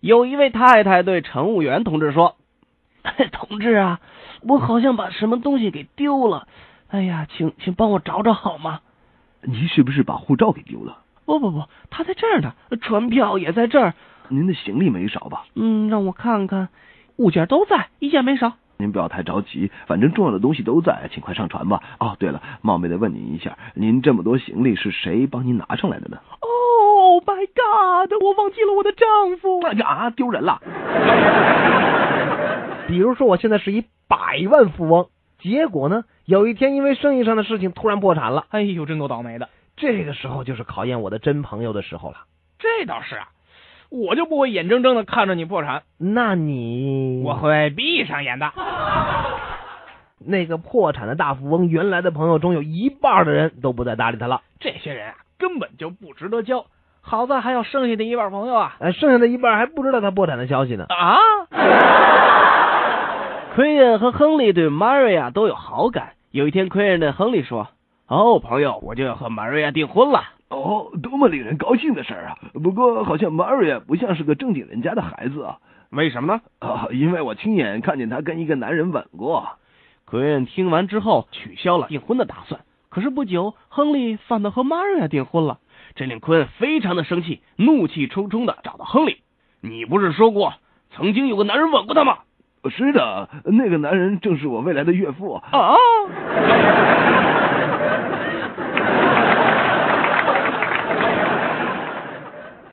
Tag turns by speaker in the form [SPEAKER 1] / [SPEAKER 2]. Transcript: [SPEAKER 1] 有一位太太对乘务员同志说：“ 同志啊，
[SPEAKER 2] 嗯
[SPEAKER 1] 我好像把什么东西给丢了，哎呀，请请帮我找找好吗
[SPEAKER 2] 您是不是把护照给丢了？？”
[SPEAKER 1] 不不不，他在这儿呢，船票也在这儿。
[SPEAKER 2] 您的行李没少吧？
[SPEAKER 1] 嗯，让我看看，物件都在，一件没少。
[SPEAKER 2] 您不要太着急，反正重要的东西都在，请快上船吧。哦，对了，冒昧的问您一下，您这么多行李是谁帮您拿上来的呢？
[SPEAKER 1] Oh my god！我忘记了我的丈夫。
[SPEAKER 2] 啊，丢人了！
[SPEAKER 3] 比如说我现在是一百万富翁，结果呢，有一天因为生意上的事情突然破产了，
[SPEAKER 4] 哎呦，真够倒霉的。
[SPEAKER 3] 这个时候就是考验我的真朋友的时候了。
[SPEAKER 4] 这倒是啊，我就不会眼睁睁的看着你破产，
[SPEAKER 3] 那你
[SPEAKER 4] 我会闭上眼的。
[SPEAKER 3] 那个破产的大富翁原来的朋友中有一半的人都不再搭理他了，
[SPEAKER 4] 这些人啊，根本就不值得交。好在还有剩下的一半朋友啊
[SPEAKER 3] 呃，剩下的一半还不知道他破产的消息呢。
[SPEAKER 4] 啊！
[SPEAKER 1] 奎恩和亨利对玛瑞亚都有好感。有一天，奎恩对亨利说：“哦，朋友，我就要和玛瑞亚订婚了。
[SPEAKER 2] 哦，多么令人高兴的事儿啊！不过好像 Maria 不像是个正经人家的孩子啊。
[SPEAKER 1] 为什么呢
[SPEAKER 2] 啊，因为我亲眼看见她跟一个男人吻过。？”
[SPEAKER 1] 奎恩听完之后取消了订婚的打算。可是不久，亨利反倒和玛瑞亚订婚了，这令奎恩非常的生气，怒气冲冲的找到亨利：“你不是说过曾经有个男人吻过她吗
[SPEAKER 2] 啊是的，那个男人正是我未来的岳父。？”
[SPEAKER 1] 啊！